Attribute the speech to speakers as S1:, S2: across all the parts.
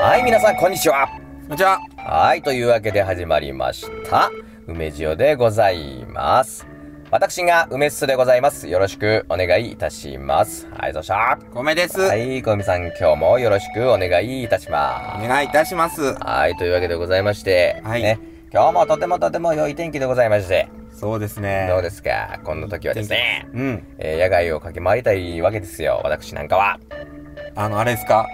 S1: はい、皆さん、こんにちは。
S2: こんにちは。
S1: はい、というわけで始まりました。梅塩でございます。私が梅っすでございます。よろしくお願いいたします。はい、どうした
S2: 米です。
S1: はい、小海さん、今日もよろしくお願いいたしま
S2: お願いいたします
S1: す。。はい、というわけでございまして、
S2: はい
S1: ね、今日もとてもとても良い天気でございまして、
S2: そうですね。
S1: どうですかこんな時はですね、
S2: うん。
S1: えー野外を駆け回りたいわけですよ、私なんかは。
S2: あの、あれですか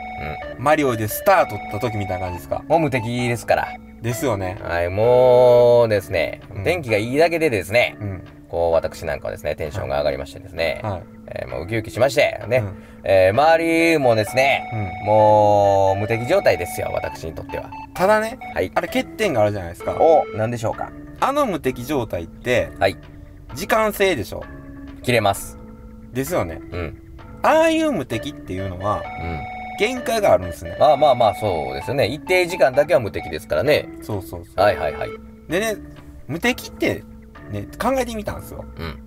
S1: う
S2: マリオでスタートった時みたいな感じですか
S1: ん、もう無敵ですから。
S2: ですよね。
S1: はい、もうですね
S2: う、ん
S1: 天気がいいだけでですね、
S2: うん。
S1: こう私なんかはですね、テンションが上がりましてですね、
S2: はい。
S1: えーもうウキウキしまして、ね、
S2: うん
S1: えー周りもですね、
S2: う
S1: もう無敵状態ですよ、私にとっては。
S2: ただね、
S1: はい。
S2: あれ欠点があるじゃないですか。
S1: お、なんでしょうか
S2: あの無敵状態って、
S1: はい。
S2: 時間制でしょ
S1: 切れます。
S2: ですよね。
S1: うん。うん。
S2: ああいう無敵っていうのは、限界があるんですね。
S1: まあまあまあ、そうですよね。一定時間だけは無敵ですからね。
S2: そうそうそう。
S1: はいはいはい。
S2: でね、無敵って、ね、考えてみたんですよ。
S1: うん。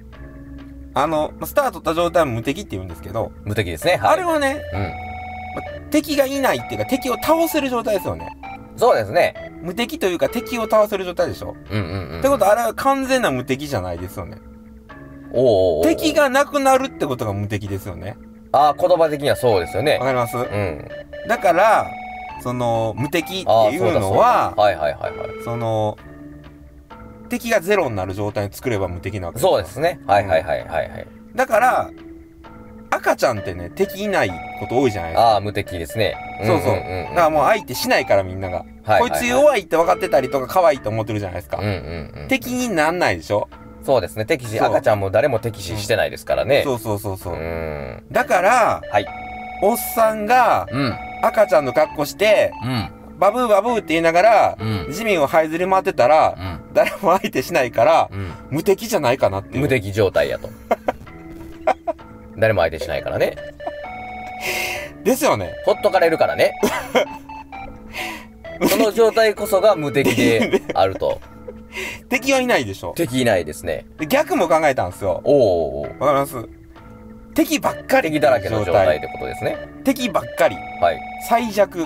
S2: あの、まあスタートった状態は無敵って言うんですけど、
S1: 無敵ですね。はい。
S2: あれはね、
S1: う
S2: 敵がいないっていうか敵を倒せる状態ですよね
S1: ん。そうですね。
S2: 無敵というか敵を倒せる状態でしょ、
S1: うんうんうん。
S2: ってことはあれは完全な無敵じゃないですよね
S1: おうおうおう
S2: 敵。がなくなるってことが無敵ですよね
S1: ああ、言葉的にはそうですよね
S2: わ。かります
S1: うん。
S2: だからその無敵って
S1: ああ、
S2: い
S1: そう
S2: う
S1: だそ
S2: の
S1: うだ
S2: は
S1: はいはいはいはい。
S2: その敵がゼロになる状態を作れば無敵なわけ
S1: そうですね。はいはいはいはいはい。
S2: だから赤ちゃんってね敵いないこと多いじゃないですか
S1: ああ、無敵ですね。
S2: そうそう。
S1: んんん
S2: だからもう相手しないからみんなが。
S1: はい
S2: こいつ弱いって分かってたりとか可愛いと思ってるじゃないですか。
S1: うんうんうん。
S2: 敵になんないでしょ
S1: そうですね。敵視、
S2: そう
S1: 赤ちゃんも誰も敵視してないですからね。
S2: そうそうそうそうう。
S1: ん。
S2: だから、
S1: はい。
S2: おっさんが
S1: うん。
S2: 赤ちゃんの格好して、
S1: うん。
S2: バブーバブーって言いながら、
S1: うん。
S2: 地面を這いずり回ってたら、
S1: うん。
S2: 誰も相手しないから、
S1: うん。
S2: 無敵じゃないかなっていう。
S1: 無。敵状態 やと。誰も相手しないからね。
S2: ですよね。
S1: ほっとかれるからね。 この状態こそが無敵であると。
S2: 敵はいないでしょ。
S1: 敵いないですね。
S2: で逆も考えたんですよ。
S1: おうおうおう
S2: わかります敵ばっかり。
S1: 敵だらけの状態。ってことですね。
S2: 敵ばっかり。
S1: はい。
S2: 最弱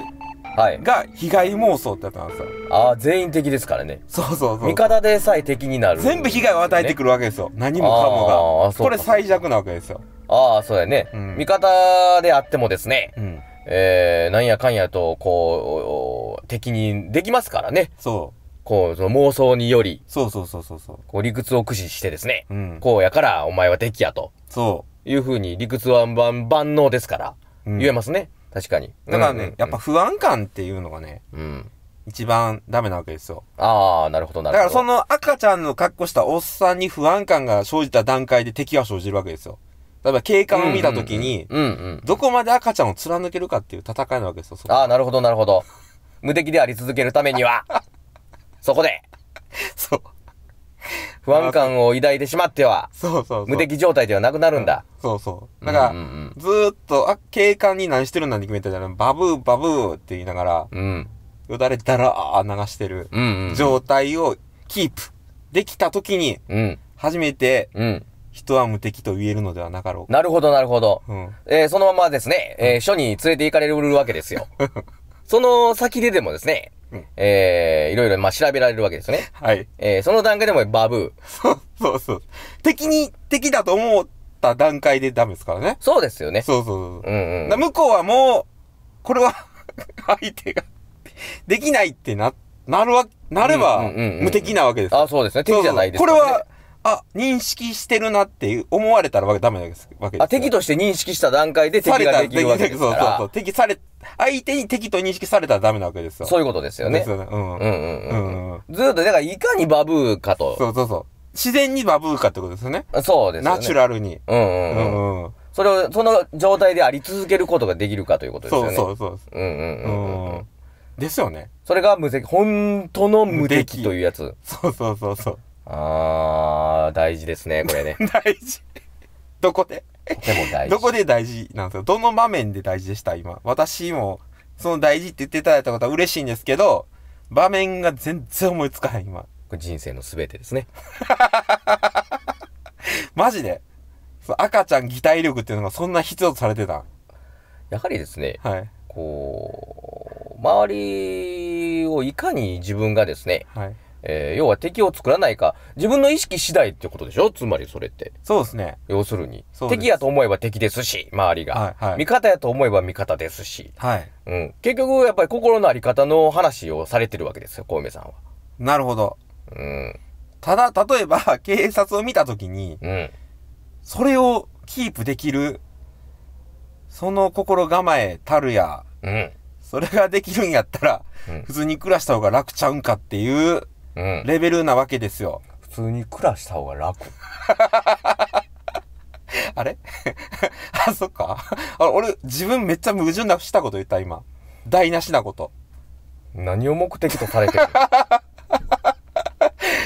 S1: はい。
S2: が被害妄想ってやったんですよ。
S1: ああ、全員敵ですからね。
S2: そうそうそ
S1: 味
S2: う。
S1: 方でさえ敵になる、
S2: 全部被害を与えて
S1: る。
S2: くるわけですよ。何もかも
S1: あー
S2: が。
S1: そうか
S2: これ最弱なわけですよ。
S1: ああ、そうやね、
S2: うん
S1: 味方であってもですね、
S2: うん。
S1: えー、なんやかんやと、こうお、お敵にできますからね。
S2: そう。
S1: こう、その妄想により、
S2: そうそうそうそうそう。
S1: こう、理屈を駆使してですね、
S2: うん。
S1: こうやからお前は敵やと。
S2: そ
S1: いうふうに、理屈は万万能ですから、
S2: う。うん
S1: 言えますね。確かに。
S2: だか
S1: う
S2: らね、
S1: んうんうん
S2: やっぱ、不安感っていうのがね、
S1: うん。
S2: 一番ダメなわけですよ。
S1: ああ、なるほど、な
S2: だ
S1: る
S2: か
S1: ほ
S2: ら
S1: ど。
S2: その赤ちゃんの格好したおっさんに不安感が生じた段階で敵が生じるわけですよ。例えば警官を見た時に、
S1: うんうんうん、うんうん。
S2: どこまで赤ちゃんを貫けるかっていう戦いなわけですよ。そこ
S1: ああ、なるほど、なるほど。無敵であり続けるためには、そこで、
S2: そう。
S1: 不安感を抱いてしまっては、
S2: そうそうそう。
S1: 無敵状態ではなくなるんだ。
S2: そうそう。だから、
S1: うんうん
S2: ずーっと、あ、警官に何してるんだって決めたじゃないバブーバブーって言いながら、
S1: うん。うん。
S2: よだれだらー流してる
S1: うんうん。
S2: 状態をキープできた時に、
S1: うん。
S2: 初めて
S1: うん。
S2: 人は無敵と言えるのではなかろうか。
S1: なるほど、なるほど。
S2: うん。
S1: えーそのままですね、えー署に連れて行かれるわけですよ。 その先ででもですね
S2: うん、
S1: えーいろいろ、まあ、調べられるわけですよね。
S2: はい。
S1: えーその段階でもバブー。
S2: そうそうそう。敵に、敵だと思った段階でダメですからね。
S1: そうですよね。
S2: そうそうそう
S1: う。んうん
S2: だ。向こうはもう、これは、 相手が、できないってな、なるわ、なれば、
S1: うんうんうんうん
S2: 無敵なわけです。
S1: あ、そうですね。敵じゃないです
S2: そ
S1: か
S2: うそ
S1: ら
S2: う
S1: ね
S2: これは、あ、認識してるなっていう思われたらわけダメなわけです。わけですよ
S1: あ、敵として認識した段階で敵
S2: され
S1: が
S2: た
S1: できるわけですか
S2: そうそうそ
S1: ら
S2: う。。敵され、相手に敵と認識されたらダメなわけですよ。
S1: そうういうことですよ
S2: で
S1: ね
S2: す。よね。う
S1: う
S2: ん。
S1: んうんう。
S2: うんんうん。
S1: ずーっと、だから、いかにバブーかと。
S2: そうそうそう。自然にバブーかってことですよね。
S1: そうですよね。
S2: ナチュラルに。
S1: うんうん
S2: う
S1: うん。
S2: んうん。
S1: それを、その状態であり続けることができるかということですよ
S2: そ
S1: ね。
S2: うそうそう。
S1: う。うんうん
S2: う
S1: うんうん。
S2: ん。ですよね。
S1: それが無敵、本当の無
S2: 無
S1: 敵
S2: 敵
S1: というやつ。
S2: そうそうそうそう。
S1: あー、大事ですね、これね。
S2: 大事。どこで
S1: とても大事。
S2: どこで大事なんですかどの場面で大事でした今。私も、その大事って言っていただいたことは嬉しいんですけど、場面が全然思いつかへん、今。
S1: これ人生のすべてですね。
S2: マジで。そう赤ちゃん擬態力っていうのがそんな必要とされてた。
S1: やはりですね、
S2: はい。
S1: こう、周りをいかに自分がですね、
S2: はい。
S1: えー要は敵を作らないか、自分の意識次第ってことでしょつまりそれって。
S2: そうですね。
S1: 要するに
S2: そう。です
S1: 敵やと思えば敵ですし、周りが。
S2: はいはい
S1: 味方やと思えば味方ですし。
S2: はい。
S1: うん。結局、やっぱり心のあり方の話をされてるわけですよ、小梅さんは。
S2: なるほど。
S1: うん。
S2: ただ、例えば、警察を見たときに、
S1: うん。
S2: それをキープできる、その心構えたるや、
S1: うん。
S2: それができるんやったら、
S1: うん
S2: 普通に暮らした方が楽ちゃうんかっていう
S1: うん。
S2: レベルなわけですよ。
S1: 普通に暮らした方が楽。
S2: あれ あ、そっか。あ俺、自分めっちゃ矛盾なしたこと言った、今。台無しなこと。
S1: 何を目的とされて る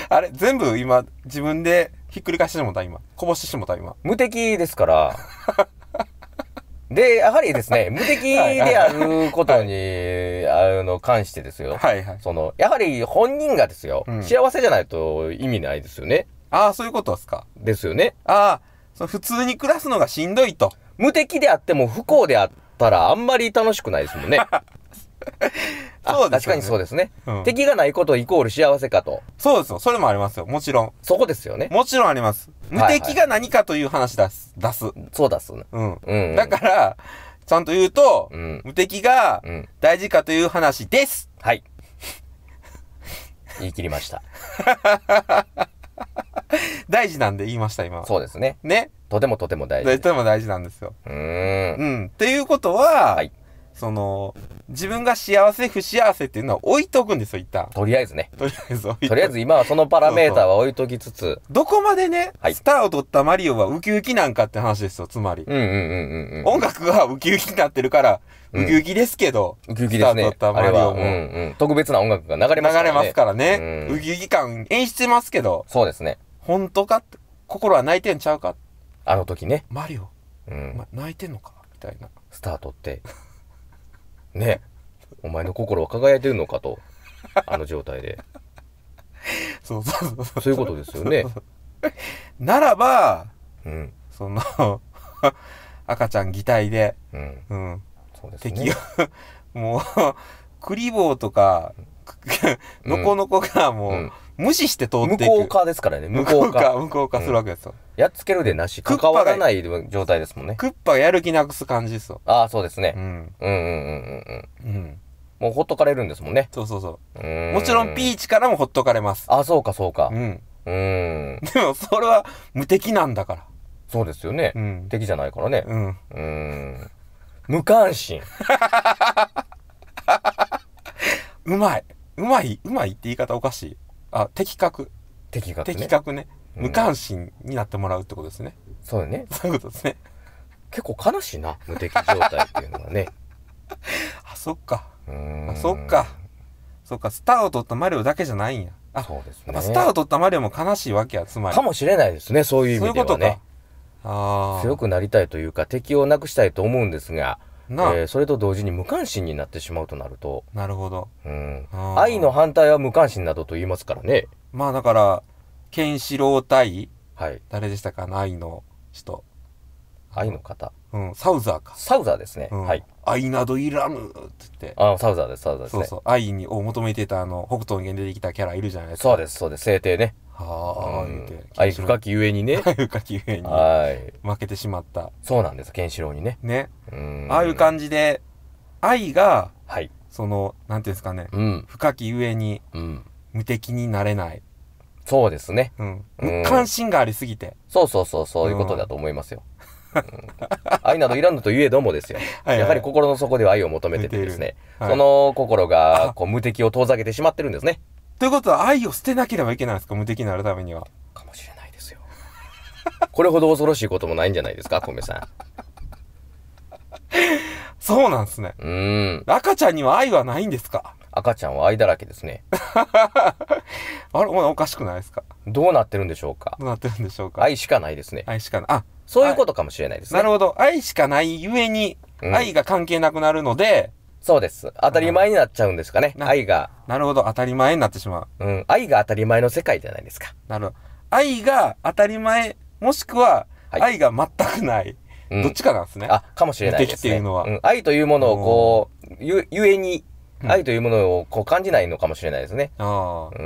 S2: あれ全部今、自分でひっくり返してしもた、今。こぼしてしもた、今。
S1: 無敵ですから。で、やはりですね、無敵であることに、あの、関してですよ。
S2: はいはい。
S1: その、やはり本人がですよ、
S2: うん
S1: 幸せじゃないと意味ないですよね。
S2: ああ、そういうことですか。
S1: ですよね。
S2: ああ、その普通に暮らすのがしんどいと。
S1: 無敵であっても不幸であったらあんまり楽しくないですもん ね。あ
S2: そうです
S1: 確か
S2: よね
S1: にそうですね、
S2: うん
S1: 敵がないことイコール幸せかと。
S2: そうですよ。それもありますよ。もちろん。
S1: そこですよね。
S2: もちろんあります。無
S1: はい
S2: 敵が何かという話出す。出す。
S1: そうだっすね。
S2: うん。
S1: うん。
S2: だから、ちゃんと言うと、
S1: うん
S2: 無敵が
S1: うん。
S2: 大事かという話です。
S1: はい。言い切りま した。
S2: 大事なんで言いました、今。
S1: そうですね。
S2: ね。
S1: とてもとても大事
S2: と
S1: です。
S2: ても大事なんですよ。
S1: うーん。
S2: うん。っていうことは、
S1: はい
S2: その、自分が幸せ、不幸せっていうのは置いとくんですよ、一旦。
S1: とりあえずね。
S2: とりあえず置いとく
S1: とりあえず今はそのパラメーターは置いときつつ。
S2: どこまでね、
S1: はい
S2: スターを取ったマリオはウキウキなんかって話ですよ、つまり。
S1: うんうんうんうんうん。
S2: 音楽がウキウキになってるから、
S1: うん
S2: ウキウキですけど、
S1: ウキウキですね。
S2: スタートだ
S1: あ
S2: っ
S1: れ
S2: たマリ
S1: は、
S2: オ
S1: うん
S2: も
S1: うん。特別な音楽が流れますから
S2: 流
S1: ね。
S2: れますからね、
S1: うん
S2: ウキウキ感演出してますけど、
S1: そうですね。
S2: 本当かって心は泣いてんちゃうか
S1: あの時ね。
S2: マリオ、
S1: うん。
S2: ま泣いてんのかみたいな。
S1: スタートって、 ね、お前の心は輝いてるのかと、あの状 態で。
S2: そうそうそうそう。
S1: そういうことですよね。
S2: ならば、
S1: うん。
S2: その、 赤ちゃん擬態で、
S1: うん。
S2: うん、
S1: そうですね。
S2: 敵を、 もう、クリボーとか、
S1: う
S2: ノ
S1: ん
S2: コノコがもう、
S1: うん
S2: 無視して通って
S1: 向
S2: いく。
S1: こう側ですからね。
S2: 向
S1: 向
S2: こ
S1: こ
S2: う
S1: う側。
S2: か、向こうかするわけですよ。
S1: やっつけるでなし、
S2: クッ
S1: 関
S2: パが
S1: わらない状態ですもんね。
S2: クッパがやる気なくす感じですよ。
S1: ああ、そうです
S2: う
S1: ね。
S2: ん。
S1: うんうんうんうんうん。
S2: うん。
S1: もうほっとかれるんですもんね。
S2: そうそうそうう。
S1: ー
S2: もちろんピーチからもほっとかれます。
S1: ああ、そうかそうか
S2: う。ん。
S1: うーん。
S2: でもそれは無敵なんだから。
S1: そうですよね
S2: う。ん。
S1: 敵じゃないからね。
S2: うん。
S1: うーん。無関心。
S2: うまい。うまい。うまいって言い方おかしい。あ、的確。
S1: 敵がね。
S2: 的確ね。
S1: うん
S2: 無関心になってもらうってことですね。
S1: そうよね。
S2: そういうことですね。
S1: 結構悲しいな。無敵状態っていうのはね。
S2: あ、そっか。
S1: うーん
S2: あ、そっか。そっか。スターを取ったマリオだけじゃないんや。あ、
S1: そうです
S2: やっ
S1: ね。
S2: ぱスターを取ったマリオも悲しいわけや。つまり。
S1: かもしれないですね、そういう意味では
S2: そういう
S1: ね
S2: こ。とか。ああ。
S1: 強くなりたいというか、敵をなくしたいと思うんですが、え
S2: なあ、
S1: ーそれと同時に無関心になってしまうとなると、
S2: なるほど。
S1: うん
S2: あー
S1: 愛の反対は無関心などと言いますからね。
S2: まあだから、ケンシロウ対、
S1: はい。
S2: 誰でしたかな、愛の人。
S1: 愛の方。
S2: うん、サウザーか。
S1: サウザーですね。
S2: うん、
S1: はい。。
S2: 愛などいらぬって言って、
S1: あサウザーです、サウザーです
S2: そう
S1: ね。
S2: そう、愛にを求めてたあの、北斗の拳で出てきたキャラいるじゃないですか。
S1: そうです、そうです。聖帝ね。
S2: はあ、
S1: うん
S2: 言うて。
S1: 愛深
S2: き。
S1: きゆえに ね。
S2: ああいうかきゆえに
S1: はい。
S2: 負けてしまった。
S1: そうなんです、ケンシロウにね。
S2: ね。
S1: うん
S2: ああいう感じで、愛が、
S1: はい。
S2: その、なんていうんですかね、
S1: うん。
S2: 深きゆえに
S1: うん。
S2: 無敵になれない。
S1: そうですね。
S2: うん。
S1: うん
S2: 無関心がありすぎて。
S1: そうそうそう、そういうことだと思いますよ。うん愛などいらぬといえどもですよ。
S2: はいはい
S1: やはり心の底では愛を求めててですね、
S2: 求めてるはい
S1: その心がこう無敵を遠ざけてしまってるんですね。
S2: ということは、愛を捨てなければいけないんですか、無敵になるためには。
S1: かもしれないですよ。これほど恐ろしいこともないんじゃないですか、コメさ
S2: そうなんですね。
S1: ん。うーん。
S2: 赤ちゃんには愛はないんですか
S1: 赤ちゃんは愛だらけですね。
S2: あれお前おかしくないですか
S1: どうなってるんでしょうか。
S2: どうなってるんでしょうか
S1: 愛しかないですね。
S2: 愛しかない。あ、
S1: そういうことかもしれないですね。
S2: なるほど。愛しかないゆえに、
S1: うん
S2: 愛が関係なくなるので、
S1: そうです。当たり前になっちゃうんですかね。
S2: な
S1: 愛が、
S2: なるほど、当たり前になってしまう。
S1: うん、愛が当たり前の世界じゃないですか。
S2: なるほど。愛が当たり前、もしくは、
S1: はい
S2: 愛が全くない
S1: うん
S2: どっちかなんですね。
S1: あ、かもしれないです、ね。
S2: 目的っていうのは
S1: ん愛というものをこう、ゆ、ゆえに、
S2: うん
S1: 愛というものをこう感じないのかもしれないですね。
S2: あ
S1: う
S2: あ、
S1: ー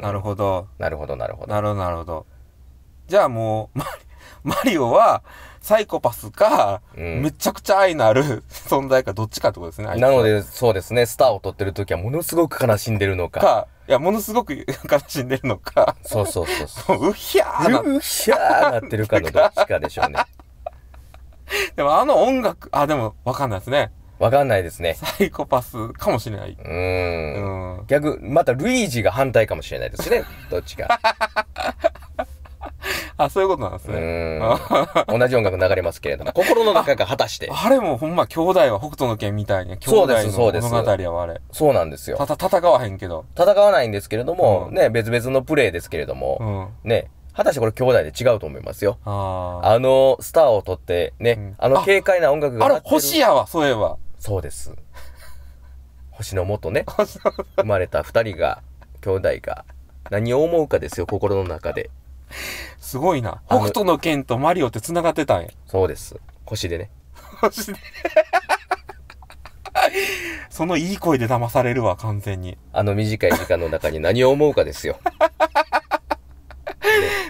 S1: ん。
S2: なるほど。
S1: なるほど、なるほど。
S2: なるほど、なるほど。じゃあもう、マリマリオは、サイコパスか、
S1: うん
S2: めちゃくちゃ愛のある 存在か、どっちかってことですね。あいつ
S1: な
S2: は
S1: の、で、そうですね、スターを取ってる時はものすごく悲しんでるのか。
S2: か、いや、ものすごく 悲しんでるのか、
S1: そうそうそうそう。
S2: もううひゃーな。
S1: うっしゃーなってるかのどっちかでしょう ね。
S2: でもあの音楽、あ、でもわかんないですね。
S1: わかんないですね。
S2: サイコパスかもしれない。
S1: うー。
S2: うんん。
S1: 逆、またルイージが反対かもしれないですね。どっちか。
S2: あ、そういうことなんです
S1: う
S2: ね。
S1: ーん。同じ音楽流れますけれども、心の中が果たして。
S2: あれもほんま兄弟は北斗の剣みたいに、兄
S1: そう
S2: 弟
S1: です
S2: の
S1: そうです
S2: 物語やわ、あれ。
S1: そうなんですよ。
S2: たた、戦わへんけど。
S1: 戦わないんですけれども、
S2: うん
S1: ね、別々のプレーですけれど
S2: う
S1: も、
S2: ん。あ
S1: ね、果たしてこれ兄弟で違うと思いますよ。
S2: あ。
S1: あの、スターを取って、ね、
S2: うん
S1: あの軽快な音楽が
S2: あ
S1: 鳴
S2: れ
S1: ってる
S2: 星やわ、そういえば。
S1: そうです。星の元ね、
S2: 星の
S1: 生まれた二人が、兄弟が、何を思うかですよ、心の中で。
S2: すごいな。
S1: あの
S2: 北斗の剣とマリオって繋がってたん や。
S1: そうです。星でね。
S2: 星で。そのいい声で騙されるわ、完全に。
S1: あの短い時間の 中に何を思うかですよ。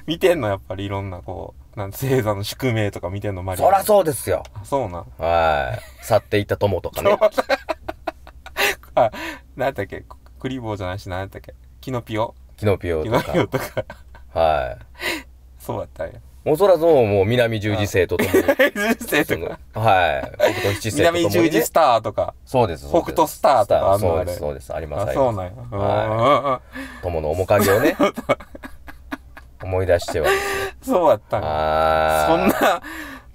S2: 見てんの、やっぱりいろんな、こう、なん星座の宿命とか見てんの、マリオ。
S1: そらそうですよ。
S2: あそうなん。
S1: はい。去っていった友とか ね。
S2: あ、 なんだっけ、ククリボーじゃないし、なんだっけ、キノピオ
S1: キノピオ
S2: キ
S1: と
S2: ノ
S1: か
S2: ピ。オとか、
S1: は
S2: そうだった んや。
S1: い。もうそらそう、もう南十字星とともに。
S2: 人生
S1: そ
S2: と
S1: の
S2: か、
S1: はい。北斗七星とともに、ね。
S2: 南十字スターとか、
S1: そうです。そうです
S2: 北斗スターとかあんの
S1: そう
S2: あ
S1: で
S2: れ
S1: す、そうです。あります。
S2: あ、
S1: あり
S2: そう
S1: ま
S2: なんや。
S1: はす友の面影 をね、思い出してはですね。
S2: うん そうだったんや。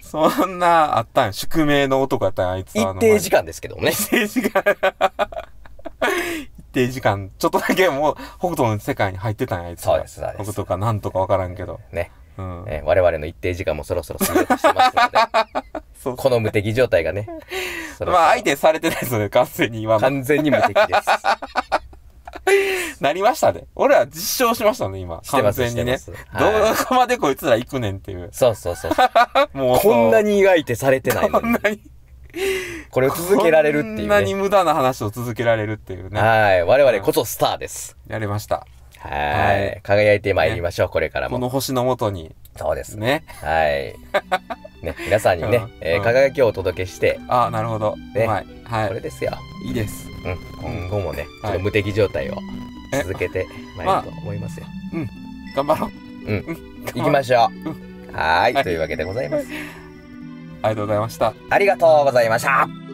S2: そん
S1: あ
S2: な、そんな、あったんや。宿命の男やったんや、あいつ
S1: ー一定時間ですけどもね。
S2: 間。一定時間。一定時間、ちょっとだけもう、北斗の世界に入ってたんや、あいつが。
S1: そうですそうです
S2: 北斗かなんとかわからんけど。
S1: ね。
S2: うん。
S1: ね我々の一定時間もそろそろ過ぎようとしてますの で、
S2: そう。
S1: この無敵状態がね。そろそろ
S2: まあ、相手されてないですよね、完全に今の。
S1: 完全に無敵です。
S2: なりましたね。俺ら実証しましたね、今。
S1: して
S2: 完
S1: ます
S2: 全にね。
S1: して
S2: ど
S1: ますはい
S2: こまでこいつら行くねんって いう。
S1: そうそうそう。
S2: もうそ う。
S1: こんなに相手されてないの
S2: こん
S1: に
S2: な、に。
S1: これを続けられるってい
S2: こんな
S1: う
S2: に
S1: ね。
S2: 無駄な話を続けられるっていうね。
S1: はい。我々こそスターです。
S2: やりました。
S1: は。
S2: はい
S1: 輝いてまいりましょう、これから
S2: こ
S1: も。
S2: の星のもとに。
S1: そうです。
S2: ね。
S1: はい。ね、皆さんにね、
S2: うん
S1: えー
S2: うん
S1: 輝きをお届けして、
S2: あなるほど。
S1: ね
S2: うまい。は
S1: これですよ。
S2: い。いいです。
S1: うん、今後もね、ちょ
S2: は
S1: っ
S2: い
S1: と無敵状態を続けてまいると思いますよ。
S2: 頑張ろう。
S1: 行きましょ
S2: う
S1: う。はー
S2: はい
S1: い、というわけでございます。
S2: ありがとうございました。
S1: ありがとうございました。